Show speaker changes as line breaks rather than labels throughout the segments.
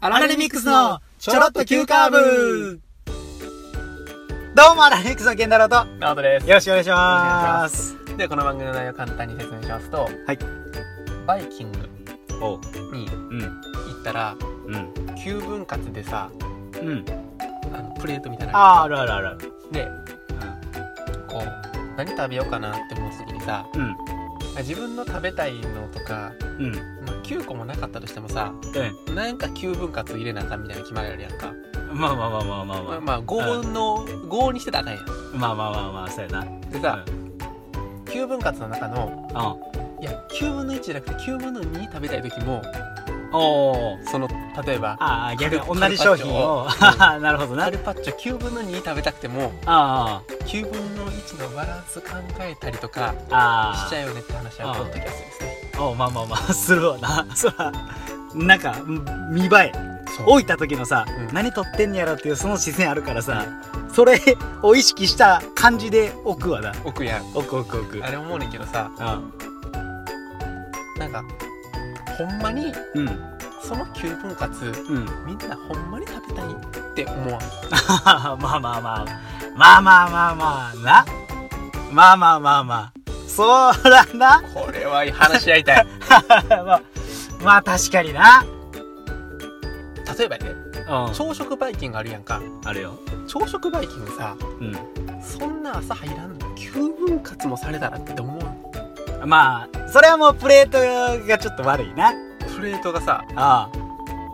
ア
ラレミックスのちょろっと急カーブ
どうも、アラレミックスの健太郎と、よ
ナオトです
ろしくお願いします。
でこの番組の内容を簡単に説明しますと、
はい
バイキング
おう、
に
うん、
行ったら
うん、
9分割でさ
うん。
あのプレートみたいなの
あー、あるあるあるある。
でこう何食べようかなって思う時にさ
うん、
自分の食べたいのとか、
うん、
まあ、9個もなかったとしてもさ
う
なんか9分割入れなあかんみたいな決まりあるやんか、
ん。まあまあまあまあまあま
まあ、
あ。
まあ5の5にしてたらあかんやん
まあまあまあまあ、そうやな。
でさ、9分割の中の
う
いや9分の1じゃなくて9分の2食べたい時も
ん。おお。
その例えば
ああ、逆
カル
に同じ商品を。
カルパッチョを
あなるほどな。
カ
あ
ルパッチョ9分の2食べたくても
あ、
9分の1のバランス考えたりとか
ああ。
しちゃうよねって話はポッドキャストですね
おまあまあまあするわなそらなんかん見栄え
そう
置いた時のさ、
うん
何撮ってんねやろっていうその視線あるからさそれを意識した感じで置くわな
奥やん
置く置く置く
あれ思うねんけどさ
うん
なんかほんまに
うん
その9分割
うん
みんなほんまに食べたいって思わん
まあまあまあまあまあまあまあなまあまあまあまあそらな
これは話し合いたい
まあまあ確かにな
例えばね
うん
朝食バイキングあるやんか
あるよ
朝食バイキングさ
うん
そんな朝入らんの9分割もされたらって思う
まあそれはもうプレートがちょっと悪いな
プレートがさ
ああ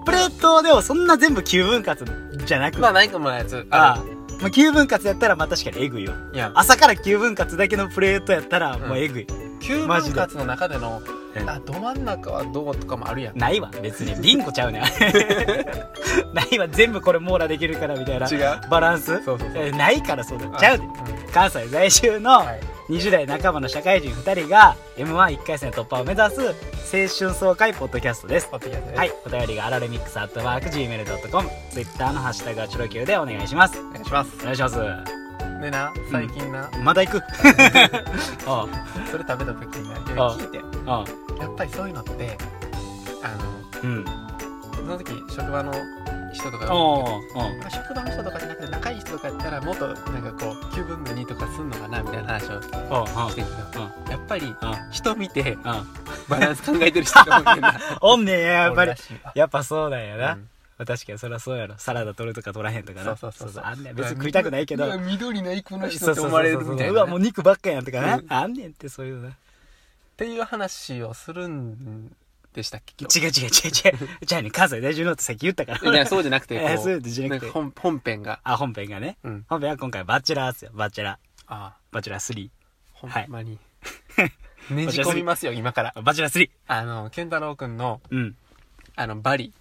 プレートでもそんな全部9分割じゃなく
まあないかもないやつ
ああ
あ
まあ、9分割やったらまあ確かにえぐいよ
るやん
朝から9分割だけのプレートやったら
うん
もうえぐい、
9
マジ
分
で
割の中での
うん
あど真ん中はどうとかもあるやん
ないわ別にビンゴちゃうねん ないわ全部これ網羅できるからみたいな
違う
バランス
そうそうそう
えないからそうだ
あ
ちゃうで
ん
関西在住の
はい
20代半ばの社会人2人が m 1 1回戦突破を目指す青春爽快ポッドキャストです
ポッドキャストです
はいお便りがアラレミックスアットマーク Gmail.comTwitter のハッシュタグはチョロ Q でお願いします
お願いします
お願い します
でな最近な、
まだ 行くあ
それ食べた時にないや
あ
聞いて
ああ
やっぱりそういうのってあ
うん
のその時職場の人とか
おうん
まあ職場の人とかじゃなくて仲いい人とかやったらもっとなんかこう9分の2とかすんのかなみたいな話をして
おうん
るけど、やっぱり
うん
人見て
うん
バランス考えてる人が多いん だ
おんねややっぱ
俺
り
らしいわ
やっぱそうなんやな、
うん
確かにそりゃそうやろサラダ取るとか取らへんとかな
そうそうそうそう
あんねん別に食いたくないけど
うわ緑のいくの人
そう
って
そう
思
そ
わ
う
れる
そ
み
う
たいなね
うわもう肉ばっかやんとかな、
うん
あんねんってそういうのな
っていう話をするんでしたっけ今日
違う違う違う違うじゃあね関西大丈夫のってさっき言ったから
いやそうじゃなくて
えー
こ
そうじゃなくて
んか本本編が
あ本編がね
うん
本編は今回バチェラーっすよバチェラー
ああ
バチェラー3
ほん
は い
まにねじ込みますよ今から
あバチェラー3
あの健太郎くんの
うん
あのバリ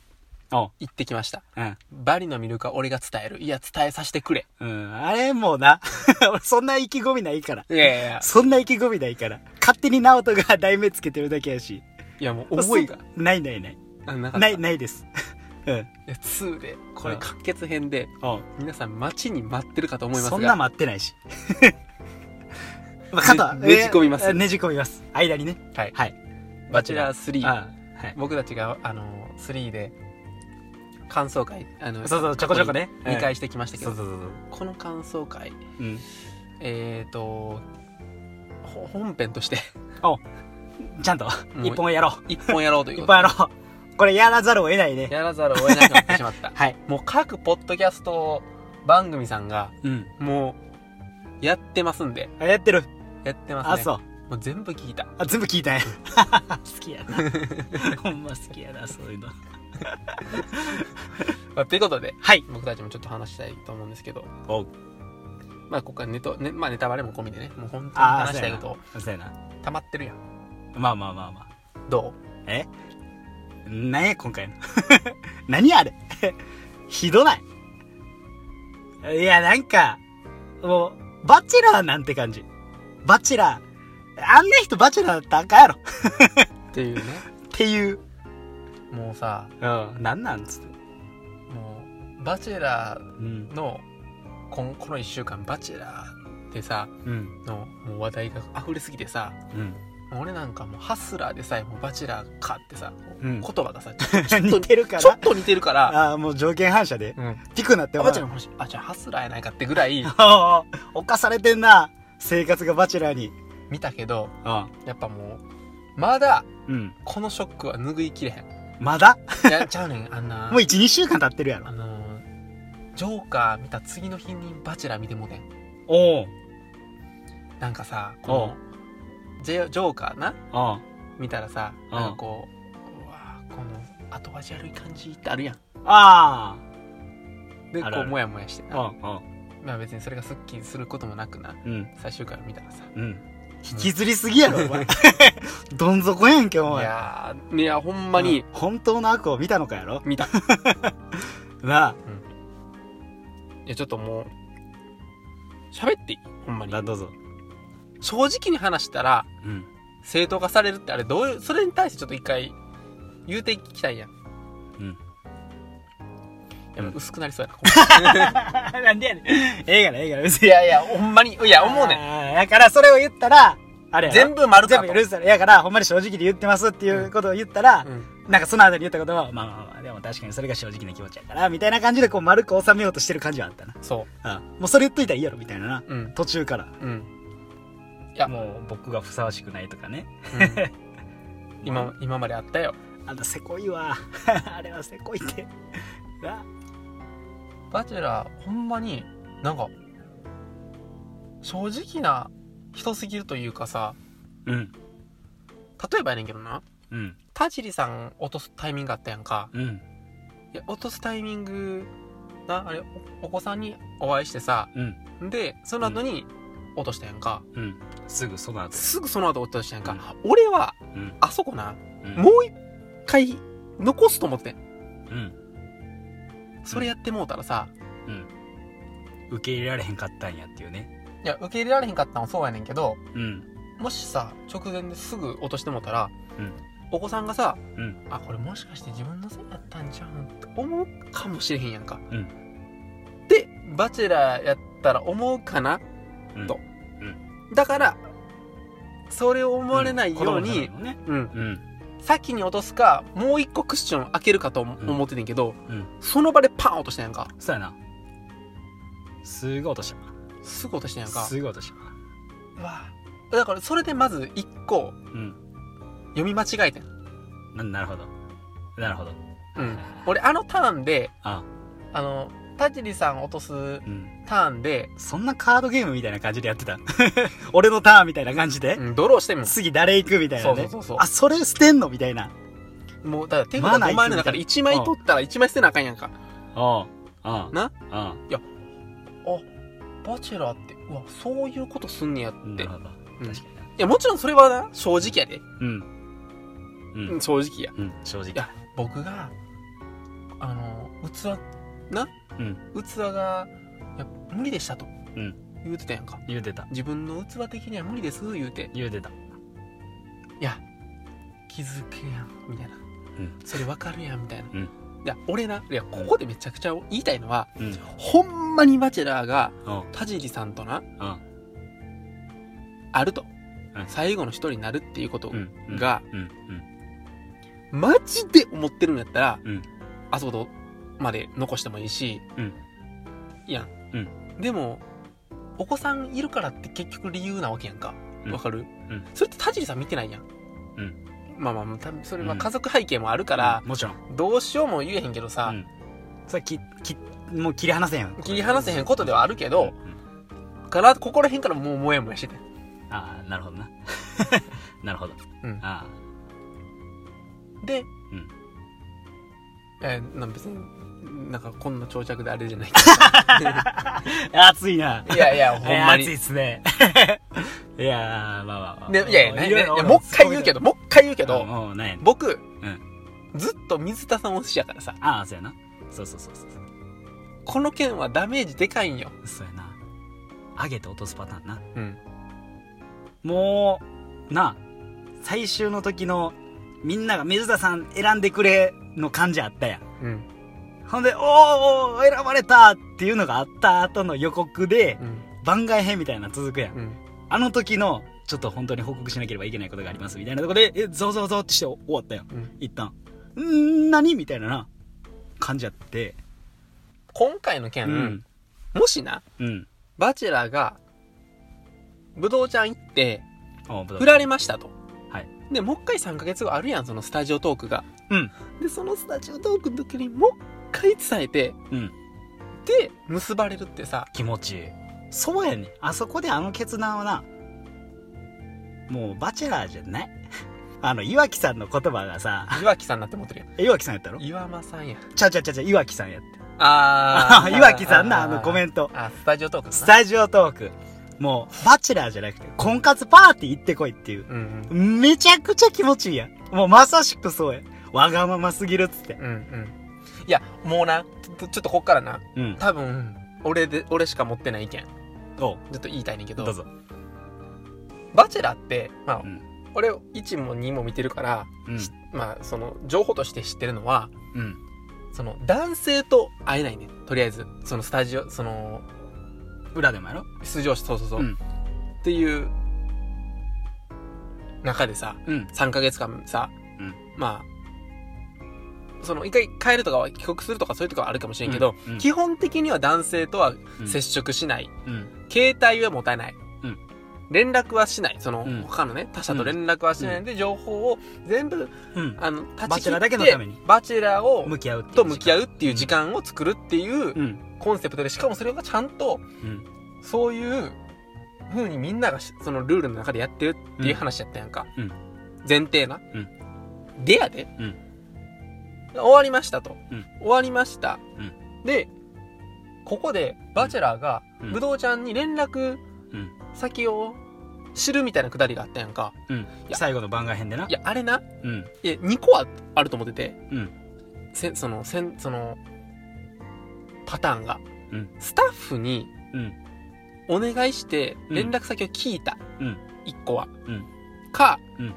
おう
行ってきました
うん
バリの魅力は俺が伝えるいや伝えさせてくれ
うんあれもうな 俺そんな意気込みないから
いやいやいや
そんな意気込みないから勝手に直人が題名つけてるだけやし
いやもう思いが
そんないないない
あなかった
ないないです うん
いや2でこれ滑血編で
おう
皆さん待ちに待ってるかと思いますが
そんな待っ てないしまあ肩は
ねねじ込みます
えー ねじ込みます間にね
はい
はい
バチェラー3
ああ はい
僕たちがあの3で感想会あの
そうそうちょこちょこね
ここに2回してきましたけ
そ
ど、
うそうそうそう
この感想会
うん
えっ、ー、とほ本編として
ちゃんと
もう
一本やろ
一本やろうというう
一
こと
本やろうこれやらざるを得ないね
やらざるを得なくなってしまった
はい
もう各ポッドキャスト番組さんが
うん
もうやってますんで
あやってる
やってますね
あそう
もう全部聞いた
あ全部聞 いたんや好きやな ほんま好きやなそういうの
まあということで
はい
僕たちもちょっと話したいと思うんですけど
おう
まあここからネト、ねまあ、ネタバレも込みでねもう本当に
ああ
話
そ
し
う
たい
や
こと
な
を
そうやな
溜まってるやん
まあまあまあまあ
ど
え何や今回の何あれひどないいやなんかもうバチェラーなんて感じバチェラーあんな人バチェラーだったらあかんやろっ
うっていうね
ていう
もうさ
うんなんなんつって
もうバチェラ
うん
ーのこんこの1週間バチェラーでさ
うん
のもう話題が溢れすぎてさ
うん
俺なんかもうハスラーでさえもうバチェラーかってさ、
う
言
ん
葉がさちょ
似てるか
ちょっ
ら。
と似てるから、
ああ、もう条件反射で。
うん、
ピクなって
あ
思
バ
う
チェラーもしあじゃあハスラーやないかってぐらい
ああ犯されてんな。生活がバチェラーに。
見たけど
あ
やっぱもうまだ
うん。
このショックは拭いきれへ ん
まだ
いやちゃうねんあんな
もう1、2週間経ってるやろ
あ。のジョーカー見た次の日にバチェラー見てもうてん
おう
なんかさこのジェジョーカーな
あ
見たらさ
ん
なんかこううわーこの後味悪い感じってあるやん
あ。
で
あ
こ
るあ
う
る
モヤモヤしてな
ああ。
まあ別にそれがスッキリすることもなくな
うん。
最終回を見たらさ
うん。引きずりすぎやろ、お前。 どん底やんけ、お
い
前。
やーいやほんまに
うん本当の悪を見たのかやろ
見たい
なあ。
やちょっともう喋っていいほんまに
な、どうぞ。
正直に話したら
うん。
正当化されるってあれどういうそれに対してちょっと一回言うていきたいやん
うん
やばい
うん
薄くなりそうやな、ほんま
なんでやねん。ええから、ええから、別
い
に。
やいやほんまにいや思うねん
ねん。だから、それを言ったら、あれやろ
全部丸か
全
と
部許され。やから、ほんまに正直に言ってますっていうことを言ったら
う、ん
なんかその後に言ったことは、まあまあまあ、でも確かにそれが正直な気持ちやから、みたいな感じで、こう、丸く収めようとしてる感じはあったな。
そ
うん。もうそれ言っといたらいいやろ、みたいなな。
ううん
途中から。
うんいや、
もう、僕がふさわしくないとかね。
うん今今まであったよ
あんたせこい わあれはせこいってな
バチェラーほんまになんか正直な人すぎるというかさ
うん
例えばやねんけどな
うん
田尻さん落とすタイミングあったやんか
うん
いや落とすタイミングなあれおお子さんにお会いしてさ
うん
でその後に落としたやんか、
うんすぐその後
すぐその後落としたやんか、俺は
うん
あそこな、
うん
もう一回残すと思ってん
うん
それやってもうたらさ、
受け入れられへんかったんやっていうね
いや受け入れられへんかったのはそうやねんけど
うん
もしさ直前ですぐ落としてもうたら、
うん
お子さんがさ、
うん
あこれもしかして自分のせいやったんじゃうんって思うかもしれへんやんか、
うん
でバチェラーやったら思うかな
うん
とだからそれを思われないように
子供な、のね
うん
うん
先に落とすかもう一個クッション開けるかと思思っててんけど、
うん
その場でパン落としたやんか
そうやなすぐ落とし
すぐ落としたや
た
んか
すぐ落とした
うわだからそれでまず一個
うん
読み間違えてん、
ななるほどなるほど
うん、俺あのターンで
あ
あの田尻さん落とす
うん
ターンで、
そんなカードゲームみたいな感じでやってた 俺のターンみたいな感じで、
うん、ドローしてみる
次誰行くみたいなね
そうそうそうそう
あそれ捨てんのみたいな
もうだから手
マ
札
ナー
5枚の中で1枚取ったら1枚捨てなあかんやんか
ああ
な
あ
バチェラーってうわそういうことすんねやって、
なるほど
うん
確かにない
やもちろんそれはな正直やで、
うんう
うんん、正直や
うん正直
いや僕があの器な、
うん
器がいや無理でしたと、
うん
言うてたやんか
言うてた
自分の器的には無理です言うて
言うてた
いや気づけやんみたいな、
ん
それわかるやんみたいな、
うん
いや俺ないやここでめちゃくちゃ言いたいのは
うん
ほんまにバチェラーが
うん
田尻さんとな
うん
あると、
うん
最後の一人になるっていうこと、
うん
が
うん
マジで思ってるんやったら、
うん
あそこまで残してもいいし、
うん
いいやん、でもお子さんいるからって結局理由なわけやんか
うん
わかる、
うん
それって田尻さん見てないやん、
うん
まあまあたそれ
う
は
ん
家族背景もあるか、
からもちろん
どうしようも言えへんけどさ、
うんそれききもう切り離せへんよ
切り離せへんことではあるけ
うんう
ど、
ん
からここら辺からもうモヤモヤしてて
ああなるほどな なるほど
うん
あ
で、
うん
えーなん別になんかこんな長尺であれじゃない
あ熱いな
けど いやい やほんま
いや熱い
に
っすね いやーまあまあまあ
でいやいやないい
ろ
や
い
い
ろ
やもう一回言うけどもう一回言うけ
う
ど
んもうなんやねん
僕、
ん
ずっと水田さん推しやからさ
ああそうやなそうそうそうそう
この件はダメージでかいんよ、
そうやな上げて落とすパターンな
うん、
もうな最終の時のみんなが水田さん選んでくれの感じあったやん
うん
ほんで、おーおー選ばれたっていうのがあった後の予告で
うん
番外編みたいなの続くやん。
うん
あの時の、ちょっと本当に報告しなければいけないことがあります、みたいなとこで、え、ゾワゾワゾワってして終わったよ。
うん
一旦。んー、何みたいなな、感じやって。
今回の件、
うん。
もしな
うん。
バチェラーがブドウちゃん行って
あ、ぶどう
振られましたと、
はい
でもう一回3ヶ月後あるやんそのスタジオトークが
うん。
でそのスタジオトークの時にもう一回伝えて
うん。
で結ばれるってさ
気持ちいい。そうやね。あそこであの決断はな、もうバチェラーじゃない。 あの、岩木さんの言葉がさ、
岩木さんになって思ってるやん
え岩木さんやったろ
岩間さんや
ちゃうちゃうちゃうちゃう、岩木さんやって。
あ ー
岩木さんな、あのコメ
ン
ント。
トあスタジオトーク
スタジオトーク。もう、バチェラーじゃなくて、婚活パーティー行ってこいっていう。
うんうん
めちゃくちゃ気持ちいいやん。もうまさしくそうや。わがまますぎるっつって。
うんうんいやもうなちょっとちょっとこっからな
うん。
多分俺で俺しか持ってない意見ち
おう
ょっと言いたいねんけ
どう
ど
ぞ。
バチェラーってまあ、
うん
俺1も2も見てるから、
うん。
しまあその情報として知ってるのは
うん。
その男性と会えないねんとりあえずそのスタジオその
裏でもやろ
出場者そうそうそう、
うん
っていう中でさ
うん。
3ヶ月間さ、
うん
まあその一回帰るとかは帰国するとかそういうとかはあるかもしれんけど、
うんうん
基本的には男性とは
うん
接触しない、
うん。
携帯は持たない、
うん
連絡はしないその
うん
他のね他者と連絡はしないんで、情報を全部
うん。
あの断ち切って
バチェラーだけのために
バチェラーを
向き合うっていう時間。
と向き合うっていう時間を作るっていう
うん。
コンセプトでしかもそれがちゃんと
うん。
そういう風にみんながしそのルールの中でやってるっていう話やったやんか、
うん
前提な、
うん
でやで、
うん
終わりましたと、
うん
終わりました、
う
でここでバチェラーが
うん
ブドウちゃんに連絡
うん
先を知るみたいなくだりがあったやんか
うん。
いや。
最後の番外編でない
やあれな
うん。
いや2個はあると思ってて、
うん
せそのせんそのパターンが、
うん
スタッフに
うん。
お願いして
うん
連絡先を聞いた、
うん
1個は、
うん
か、
うん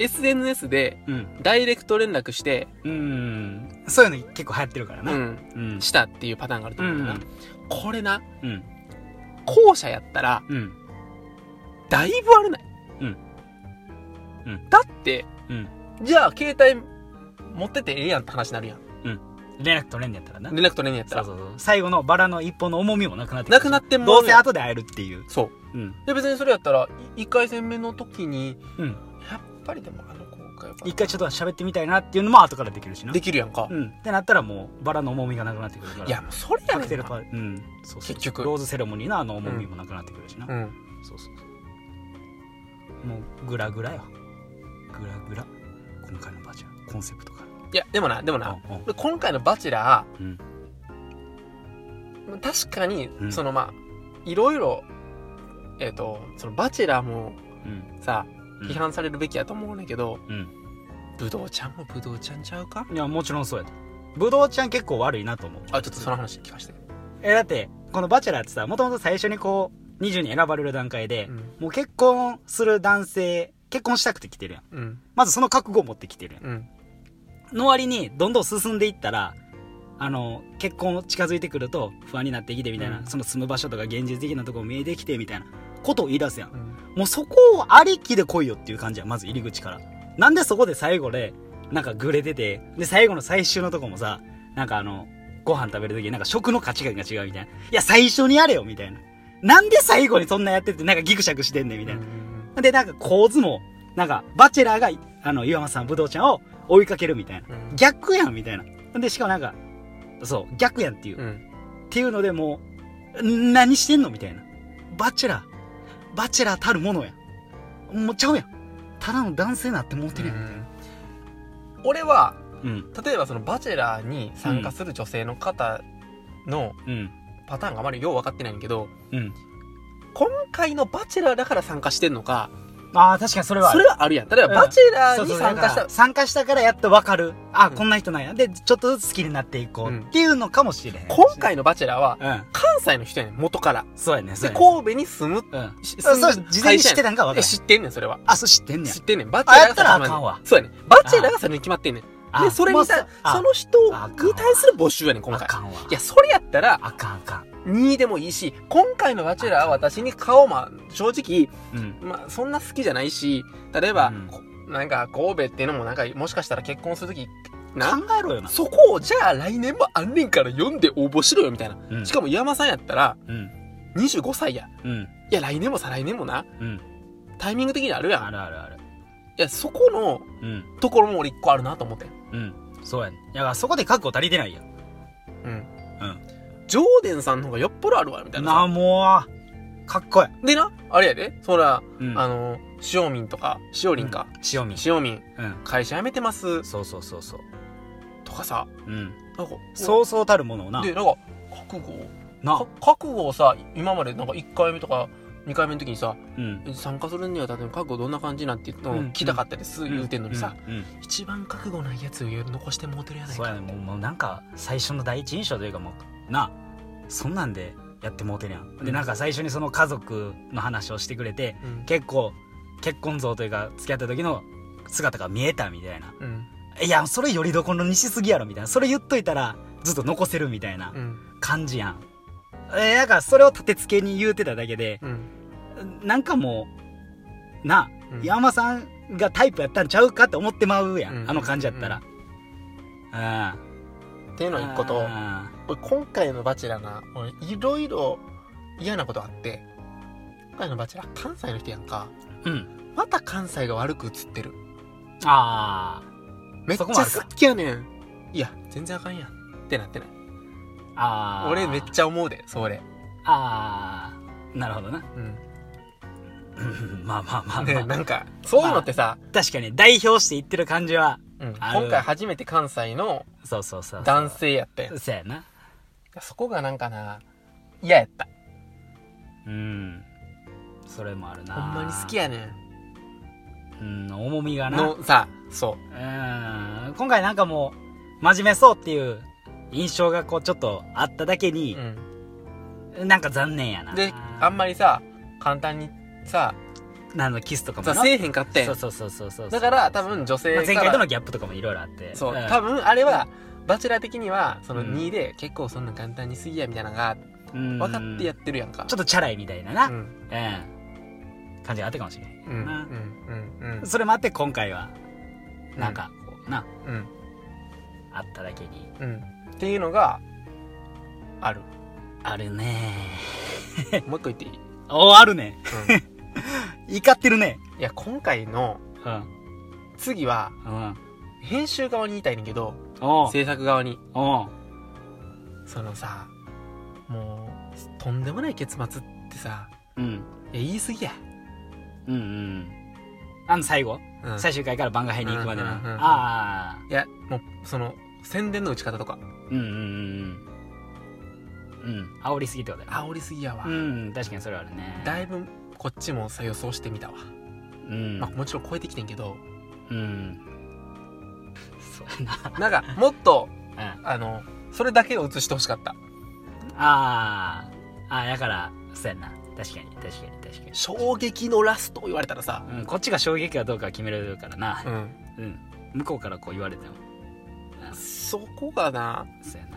SNS で
うん。
ダイレクト連絡して、
うん。そういうの結構流行ってるから
う
な。うん。
ん、
うん。
したっていうパターンがあると
う
思うん
ん
だよな、これな
うん。
後者やったら
うん。
だいぶ悪ない、
うんうん
だって、
うん
じゃあ携帯持っててええやんって話になるやん
連絡取れんねやったらな。
連絡取れんねやった
そ
ら
うそうそう。最後のバラの一本の重みもなくなってく
な
る
くなっても
どうせ
や
後で会えるっていう。
そう
うん。
で別にそれやったら1回戦目の時に
うん。
やっぱりでもあの子がやっぱ
一回ちょっと喋ってみたいなっていうのも後からできるしな。
できるやんか、
うん。ってなったらもうバラの重みがなくなってくるから。
いや、もうそれや
カ
ね
ク
ん
テル
な
パーうん。そうそうそう
結局
ローズセレモニーのあの重みもなくなってくるしな。
うん
そうそうそう。もうグラグラよ。グラグラ。今回のバージョン。コンセプトから。
いやでもなでもな
うんうん
で今回の「バチェラ
うん。
ー」確かに
うん
そのまあいろいろえっ、とその「バチェラー」も
うん。
さ
うん
批判されるべきやと思うねんだけど、
うん。
ブドウちゃんもブドウちゃんちゃうか
いや、もちろんそうやで。ブドウちゃん結構悪いなと思う。
あちょっとその話聞かせて、
え、だって、このバチェラーってさ、もともと最初にこう、20に選ばれる段階で、
うん
もう結婚する男性、結婚したくて来てるやん。
うん
まずその覚悟を持って来てるや
うん
ん。の割に、どんどん進んでいったら、あの、結婚近づいてくると不安になってきてみたいな、
うん
その住む場所とか現実的なとこも見えてきてみたいなことを言い出すやん。
うん
もうそこをありきで来いよっていう感じや、まず入り口から。なんでそこで最後で、なんかグレてて、で、最後の最終のとこもさ、なんかあの、ご飯食べるときになんか食の価値観が違うみたいな。いや、最初にやれよみたいな。なんで最後にそんなやってて、なんかギクシャクしてんねんみたいな。で、なんか構図も、なんか、バチェラーが、あの、岩間さん、ぶどうちゃんを追いかけるみたいな。
うん
逆やんみたいな。で、しかもなんか、そう、逆やんっていう。
うん
っていうのでもうん何してんのみたいな。バチェラー。バチェラーたるものや。もうちゃうやん。ただの男性なって思ってるやん。みたいな
俺は
うん。
例えばその「バチェラー」に参加する女性の方の
うん。
パターンがあまりよう分かってないんだけど
うん。
今回の「バチェラー」だから参加してんのか
ああ、確かにそれはあ
そ
る。
れはあるやん例えば「バチェラー」に参加し
だか
た
ら参加したからやっとわかる。あ、
うん
こんな人なんや。で、ちょっとずつ好きになっていこ
う
うんっていうのかもしれへん。
今回の「バチェラー」は
うん。
関西の人やねん元から
そうやね。そう
で
やね。
神戸に住む
うん。
し
あ
住んで
そ
る
う、事前に知ってたんかわか
え
らん。
知ってんねんそれは
あ、そう知ってんねや
知。ってんねんバチェラーが
あやったらあかんわ
そうやねんバチェラーがそれに決まってんねん
あ
でそれに
もう
対
あ
その人
あかんわ
に対する募集やねん今
あ
回
かんわ。
いやそれやったら
あかんあかん。
2でもいいし、今回のバチェラーは私に顔、まあ、正直、
うん。
まあ、そんな好きじゃないし、例えば、
うん
こなんか、神戸っていうのも、なんか、もしかしたら結婚するとき、な、
考えろよな。
そこを、じゃあ来年もあんねんから読んで応募しろよ、みたいな。
うん
しかも、岩間さんやったら、
うん。
25歳や。
うん。
いや、来年も再来年もな、
うん。
タイミング的にあるやん。
あるあるある。
いや、そこの
うん。
ところも俺一個あるなと思って。
うん。そうやね。だからそこで覚悟足りてないやん。
うん。
うん。
ジョーデンさんの方がよっぽどあるわ、みたいな
な
さ。
あ、もう、かっこいい。
でな、あれやで、そら、
うん。
あの、しおみんとか、しおりんか、
しおみ。
しおみん、
うん。
会社辞めてます、
そうそうそうそう。
とかさ、
うん。
なんか、
そうそうたるものをな。
で、なんか、覚悟を
な
か。覚悟をさ、今までなんか1回目とか、2回目の時にさ、
うん。
参加するにはたって覚悟どんな感じなんていうのを
うん
聞きたかったです、言うてんのにさ、
うん。うん。
一番覚悟ないやつを残してもうてるやない
そう
か。
やね。もう、もうなんか、最初の第一印象というかもう、なあ、そんなんでやってもうてるやん。で、なんか最初にその家族の話をしてくれて、
うん。
結構、結婚像というか、付き合った時の姿が見えたみたいな。
うん。
いや、それよりどころにしすぎやろみたいな。それ言っといたら、ずっと残せるみたいな
うん。
感じやん。えー、なんかそれを立て付けに言うてただけで、
うん。
なんかもう、なあ、
うん
山さんがタイプやったんちゃうかって思ってまうやん、
うん
あの感じやったら、あ
っていう
あ
の一個と、
あ
俺今回の「バチェラーな」俺いろいろ嫌なことあって今回の「バチェラー」関西の人やんか
ーうん
また関西が悪く映ってる
あ
めっちゃ
そこもあるか
好きやねんいや全然あかんやんってなってない
ーあー
俺めっちゃ思うでそれ
ああなるほどな
うん、
うんまあまあまあ、まあ
ね、なんかそういうのってさ、
確かに代表して言ってる感じは
うん、
ある
今回初めて関西の
そうそうそうそう
男性やって
そうやな
そこがなんかな嫌やった
うんそれもあるな
ほんまに好きやね
うん重みが
ん
な
のさそ
うん今回なんかもう真面目そうっていう印象がこうちょっとあっただけ
う、
に
う、ん、
なんか残念やな
であんまりさ簡単にさ
あのキスとかも
さ
な
せえへんかってん
そうそうそうそうそう
だから多分女性か
まあ
ら、
前回とのギャップとかもいろいろあって
そう、
ん
多分あれはバチェラー的にはその
うん
2で結構そんな簡単にすぎやみたいなのが
うん
分かってやってるやんか、
ちょっとチャラいみたいなな、う
うんん
感じがあったかもしれない
うんうんうん
な
うん
それもあって今回はなんかこうな
うん
あっただけに
うんっていうのがあ る
あるね
もう一個言っていい、
おあるね
う
怒ってるね
ん、いや今回の
うん
次は
うん
編集側に言いたいねんけど
おう
制作側に
おう
そのさもうとんでもない結末ってさ
うん
いや言い過ぎや、
うんうんあの最後、
うん、
最終回から番外編に行くまでな、
うんうんうんうん
ああ
いやもうその宣伝の打ち方とか
うんうんうんうんうん煽りすぎってことだよ
煽りすぎやわ、
うん確かにそれはあるね
だいぶこっちもさ予想してみたわ、
うん、
まあ、もちろん超えてきてんけど
うんそうや
なんかもっと
な、うん、
あのそれだけを映してほしかった
あーあーだからそうやな確かに確かに確かに
衝撃のラスト言われたらさ、
うん、こっちが衝撃かどうかは決められるからな、
ん、
うん向こうからこう言われても
そこがな
そうや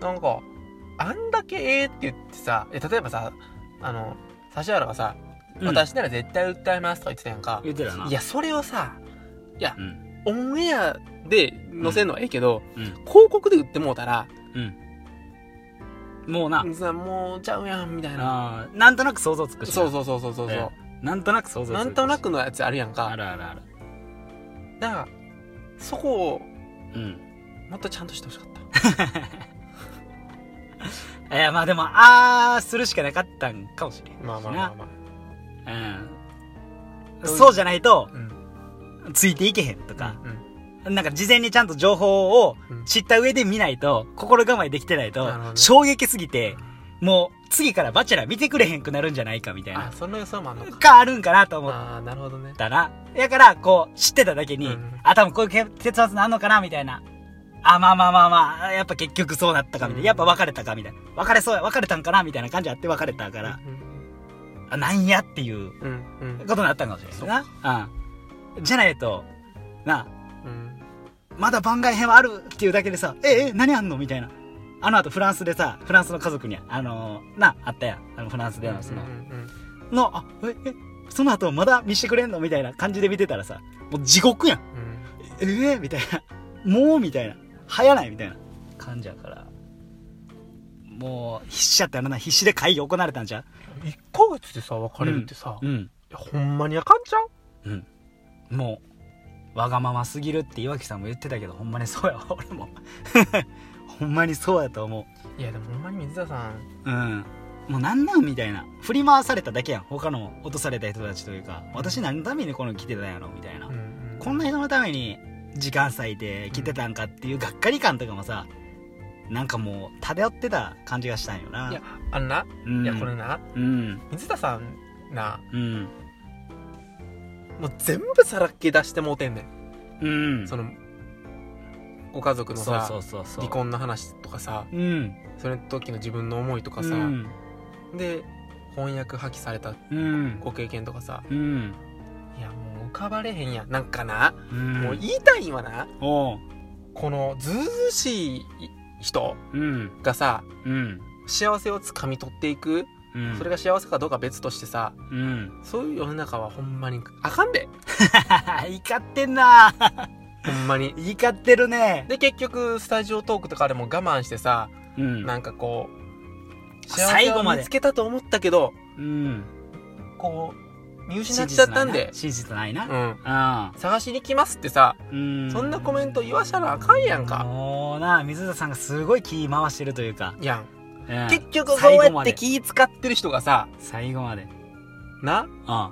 な
なんかあんだけええって言ってさえ例えばさあの指原がさ、
うん
私なら絶対訴えます」とか言ってたやんか
言ってたない
やそれをさ
うん
オンエアで載せるのはええけど、
うん
広告で売ってもうたら
うんもうな、
さもうちゃうやんみたいな
あーなんとなく想像つくしな
そうそうそうそうそうそう、
なんとなく想像つくし
なんとなくのやつあるやん
あ
か
るあるある
だからそこを
うん
もっとちゃんとしてほしかった
えー、まあでも、あー、するしかなかったんかもしれんしな。
まあまあまあまあ
うん。そうじゃないと、
うん
ついていけへんとか、
うん
なんか事前にちゃんと情報を
うん
知った上で見ないと、心構えできてないと
なるほど、ね
衝撃すぎて、もう次からバチェラー見てくれへんくなるんじゃないかみたい
あ
な、
そんな予想もあんのか
かあるんかなと思っ
ああなるほどね
たら、だから、こう、知ってただけに、
うん
あ、多分こういう結結末なんのかなみたいな。あ、まあまあまあまあ、やっぱ結局そうなったかみた
うん
いな。やっぱ別れたかみたいな。別れそうや、別れたんかなみたいな感じあって別れたから。
うん
あなんやっていう
うんうん
ことになったんかもしれないな。うん。じゃないと、な、
うん
まだ番外編はあるっていうだけでさ、え、え、何あんのみたいな。あの後フランスでさ、フランスの家族に、あのーな、あったやん。あの、フランスでのその、
うんうんうん
の、あ、え、え、その後まだ見してくれんのみたいな感じで見てたらさ、もう地獄やん。
うん
ええみたいな。もうみたいな。早ないみたいな感じやから。もう、必死やったらな、必死で会議行われたんじゃ
1ヶ月でさ別れるってさ、
う
い
うん。
やほんまにあかんちゃう
うん。もう、わがまますぎるって岩木さんも言ってたけど、ほんまにそうやわ、 俺も。ほんまにそうやと思
いやでもほんまに水田さん
う。うん。もうなんなんみたいな。振り回されただけやん。他の落とされた人たちというか、私何のためにこの来てたんやろみたいな
う。んうん
こんな人のために時間割いて来てたんかっていうがっかり感とかもさなんかもう漂ってた感じがしたんよない
やあんな、
うん、
いやこれな
うん
水田さんな
うん
もう全部さらっけ出してもうてんねん
うん
そのご家族の
そう
さ
そうそうそう
離婚の話とかさ
うん
その時の自分の思いとかさ、
うん
で翻訳破棄された
うん
ご経験とかさ
うん
いやもう浮かばれへんやんなんかな、
うん
もう言いたいんはな
おう
このずうずうしい人
うん
がさ
うん
幸せをつかみ取っていく、
うん
それが幸せかどうか別としてさ
うん
そういう世の中はほんまにあかんで
怒ってんな
ほんまに
怒ってるね
で結局スタジオトークとかでも我慢してさ、
うん
なんかこう幸
最
せ
後
を
まで
見つけたと思ったけど
うん
こう見失っちゃったんで、
真実ないな
う
真
ん、
実ないな
探しに来ますってさ、
うんうん
そんなコメント言わしたらあかんやんか、
もうな水田さんがすごい気回してるというか、
やん
うん
結局そう
最後
や
ま
っ
で
て気使ってる人がさ
最後まで
な
あ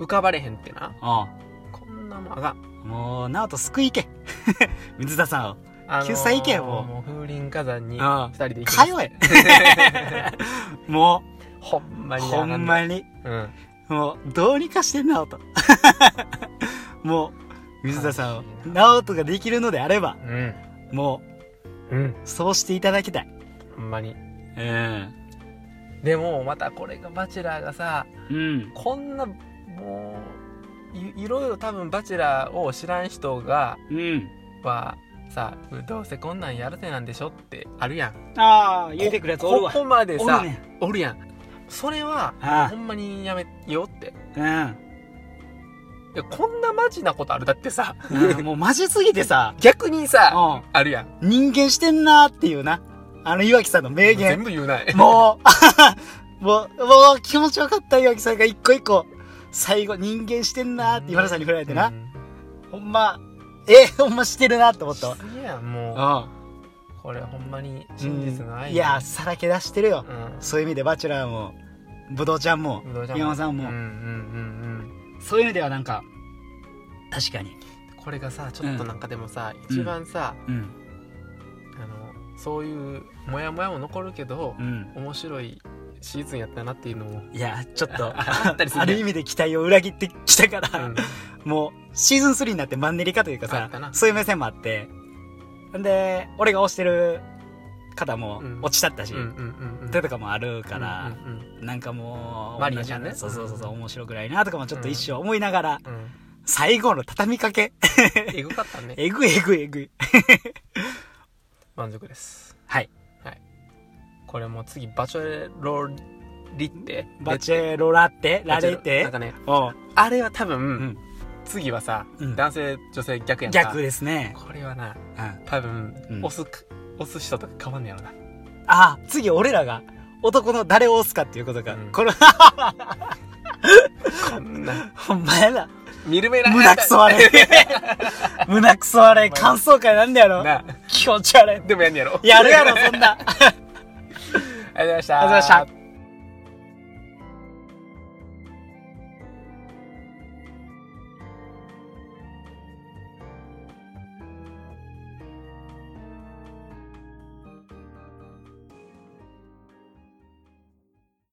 浮かばれへんってな
あ
こんなもんあがん
もう直人救い行け 水田さんを
あのー
救済行けよもう
もう風林火山に
ああ
二人で行きます
通えも
ほんま
う
に
ほ
あが
ん
ん
ま
ね
に
うん
もうどうにかして直人 もう水田さん
悲
を
しいな
直人ができるのであれば
うん
も
うん
うそうしていただきたい
ほんまに
うん
でもまたこれが「バチェラー」がさ
うん
こんなもういいろいろ多分「バチェラー」を知らん人が
うん
はさどうせこんなんやるてなんでしょってあるやん
ああ言うてくるやつおるわ
こここまでさ
おるね
おるやんそれは
あ
ほんまにやめようって
あ
いやこんなマジなことあるだってさ
うんうんもうマジすぎて さ
逆にさ
うん
あるやん
人間してんなーっていうなあの岩城さんの名言
全部 言うない
もう、 もう、もう気持ちよかった岩木さんが一個一個、最後人間してんなーって今田さんに振られてな。
ん
ほんま、えー、ほんましてるなって思ったわ。
すげえやんも
う
うこれほんまに
ん。
真実の愛
いや、さらけ出してるよ。
うん
そういう意味でバチェラーも、ブドウちゃんも、
ぶどうちゃ
宮本さんも
うんうんうん
そういう意味ではなんか、確かに。
うんこれがさちょっとなんかでもさ、一番さ、
うん。
あのそういうモヤモヤも残るけど、
うん。
面白いシーズンやったなっていうのも、
いや、ちょっ と、
あったりするね
ある意味で期待を裏切ってきたか
う
ら、
ん
もう、シーズン3になってマンネリ化というか
あ
さ
った、な
そういう目線もあって。んで、俺が推してる方も
うん
落ちちゃったし、
うんうんうん
手とかもあるから、
うんうん
なんかもう、
マリアちゃんね
同じようなそうそうそうそう、面白くないなとかもちょっと一生思いながら、
うんうん
最後の畳み かけ、
えぐかったね
えぐいえぐいえぐい。
満足です
はい。
これもう次バチェロリって
バチェロラって、ラレ
な
て
ん、かね
おう
あれは多分、
ん
次はさ、
うん
男性女性逆やんか
逆ですね。
これはな
うん、あ
多分、
うん
押す押す人とか変わんねやろな
あ、次俺らが、男の誰を押すかっていうことか。
うん
これ、
こんな
ほんまやな。
見る目ない
胸くそ悪い。 胸くそ悪い。感想会なんだやろ。
な
気持ち悪い。
でもやんねやろ
やるやろ、そんな。あり
あ
がとう
りがとうございました
ございました。